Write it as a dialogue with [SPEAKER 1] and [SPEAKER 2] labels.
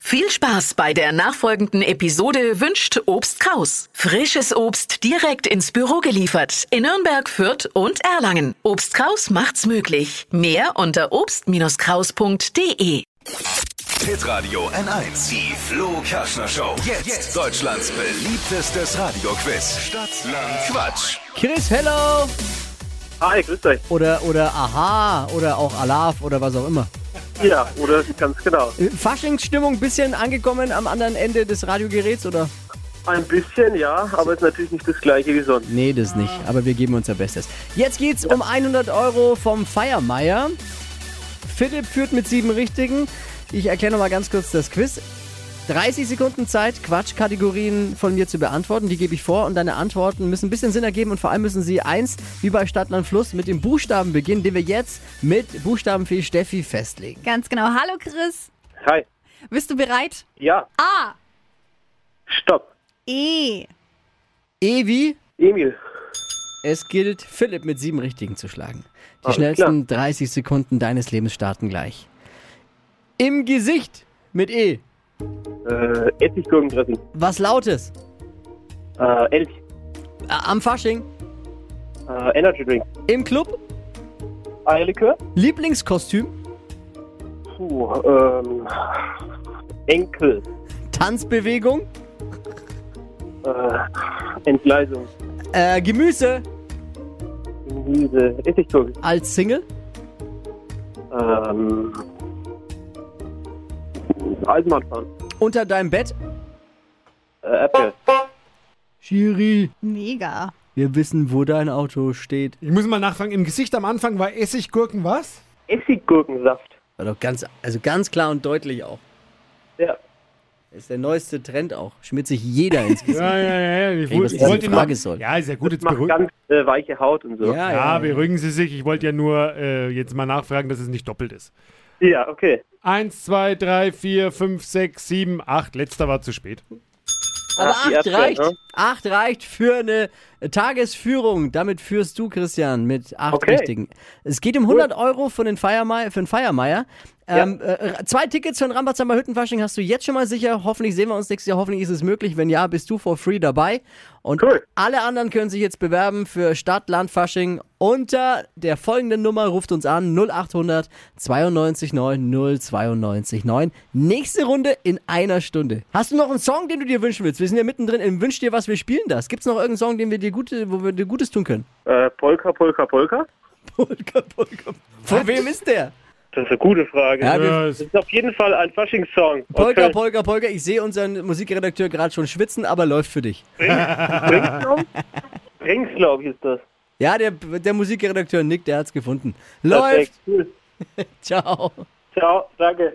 [SPEAKER 1] Viel Spaß bei der nachfolgenden Episode wünscht Obst Kraus. Frisches Obst direkt ins Büro geliefert in Nürnberg, Fürth und Erlangen. Obst Kraus macht's möglich. Mehr unter obst-kraus.de.
[SPEAKER 2] Pit Radio N1, die Flo Kaschner Show. Jetzt, Deutschlands beliebtestes Radioquiz. Stadt, Land, Quatsch.
[SPEAKER 3] Chris, hello!
[SPEAKER 4] Hi, grüß euch.
[SPEAKER 3] Oder, oder aha, oder auch Alaf oder was auch immer.
[SPEAKER 4] Ja, oder ganz genau.
[SPEAKER 3] Äh, Faschingsstimmung bisschen angekommen am anderen Ende des Radiogeräts, oder?
[SPEAKER 4] Ein bisschen, ja, aber ist natürlich nicht das gleiche wie sonst.
[SPEAKER 3] Nee, das nicht, aber wir geben unser Bestes. Jetzt geht's um 100 Euro vom Feiermeier. Philipp führt mit sieben Richtigen. Ich erkläre nochmal ganz kurz das Quiz. 30 Sekunden Zeit, Quatschkategorien von mir zu beantworten. Die gebe ich vor und deine Antworten müssen ein bisschen Sinn ergeben und vor allem müssen sie eins, wie bei Stadtland Fluss, mit dem Buchstaben beginnen, den wir jetzt mit Buchstabenfee Steffi festlegen.
[SPEAKER 5] Ganz genau. Hallo Chris,
[SPEAKER 4] Hi.
[SPEAKER 5] bist du bereit?
[SPEAKER 4] Ja,
[SPEAKER 5] A,
[SPEAKER 4] stopp.
[SPEAKER 5] E,
[SPEAKER 3] Evi,
[SPEAKER 4] Emil,
[SPEAKER 3] es gilt, Philipp mit sieben Richtigen zu schlagen. Die
[SPEAKER 4] Alles
[SPEAKER 3] schnellsten 30 Sekunden deines Lebens starten gleich. Im Gesicht mit E.
[SPEAKER 4] äh, Essiggurkengressen,
[SPEAKER 3] Was Lautes.
[SPEAKER 4] äh, Elch,
[SPEAKER 3] Ä- Am Fasching.
[SPEAKER 4] äh, Energy Drink,
[SPEAKER 3] Im Club.
[SPEAKER 4] Eierlikör,
[SPEAKER 3] Lieblingskostüm.
[SPEAKER 4] puh, ähm, Enkel,
[SPEAKER 3] Tanzbewegung.
[SPEAKER 4] äh, Entgleisung,
[SPEAKER 3] Äh, Gemüse
[SPEAKER 4] Gemüse, Essiggurken,
[SPEAKER 3] als Single.
[SPEAKER 4] ähm, Eisenbahnfahren,
[SPEAKER 3] Unter deinem Bett.
[SPEAKER 4] äh, Apple,
[SPEAKER 3] Schiri,
[SPEAKER 5] mega.
[SPEAKER 3] wir wissen, wo dein Auto steht.
[SPEAKER 6] Ich muss mal nachfragen, im Gesicht am Anfang war Essiggurken was?
[SPEAKER 4] Essiggurkensaft,
[SPEAKER 3] War doch ganz, also ganz klar und deutlich auch.
[SPEAKER 4] ja,
[SPEAKER 3] Ist der neueste Trend auch. Schmiert sich jeder ins Gesicht.
[SPEAKER 6] Ja, ja, ja. Ich,
[SPEAKER 3] Ey, was
[SPEAKER 6] ich
[SPEAKER 3] diese
[SPEAKER 6] wollte
[SPEAKER 3] Frage
[SPEAKER 6] nur,
[SPEAKER 3] soll.
[SPEAKER 6] Ja, ist ja gut, jetzt
[SPEAKER 4] macht
[SPEAKER 6] beruhigen.
[SPEAKER 4] ganz äh, weiche Haut und so.
[SPEAKER 3] Ja,
[SPEAKER 6] Ja, beruhigen Sie sich. Ich wollte ja nur äh, jetzt mal nachfragen, dass es nicht doppelt ist.
[SPEAKER 4] ja okay.
[SPEAKER 6] Eins, zwei, drei, vier, fünf, sechs, sieben, acht. Letzter war zu spät.
[SPEAKER 3] Aber
[SPEAKER 4] Ach, die
[SPEAKER 3] acht
[SPEAKER 4] erste,
[SPEAKER 3] reicht.
[SPEAKER 4] ne?
[SPEAKER 3] Acht reicht für eine äh, Tagesführung. Damit führst du, Christian, mit acht
[SPEAKER 4] Okay.
[SPEAKER 3] richtigen. Es geht um 100 Euro für den Feiermeier. Für den Feiermeier. Ähm, äh, zwei Tickets für den Rambazammer Hüttenfasching hast du jetzt schon mal sicher. Hoffentlich sehen wir uns nächstes Jahr. Hoffentlich ist es möglich. Wenn ja, bist du for free dabei. Und
[SPEAKER 4] Cool.
[SPEAKER 3] alle anderen können sich jetzt bewerben für Stadt, Land, Fasching unter der folgenden Nummer. Ruft uns an 0800 92 9 092 9. Nächste Runde in einer Stunde. Hast du noch einen Song, den du dir wünschen willst? Wir sind ja mittendrin im Wünsch dir was, wir spielen das. Gibt es noch irgendeinen Song, den wir dir gute, wo wir dir Gutes tun können?
[SPEAKER 4] Äh, Polka, Polka, Polka?
[SPEAKER 3] Polka, Polka. Von wem ist der?
[SPEAKER 4] Das ist eine gute Frage. ne?
[SPEAKER 3] Ja, wir-
[SPEAKER 6] Ja,
[SPEAKER 4] Das
[SPEAKER 6] es-
[SPEAKER 4] ist auf jeden Fall ein Faschingssong.
[SPEAKER 3] Polka, Polka, Polka. Ich sehe unseren Musikredakteur gerade schon schwitzen, aber läuft für dich.
[SPEAKER 4] Ringslau? Ringslau hieß das.
[SPEAKER 3] Ja, der, der Musikredakteur Nick, der hat's gefunden.
[SPEAKER 4] Perfekt.
[SPEAKER 3] Läuft.
[SPEAKER 4] Cool.
[SPEAKER 3] Ciao.
[SPEAKER 4] Ciao, danke.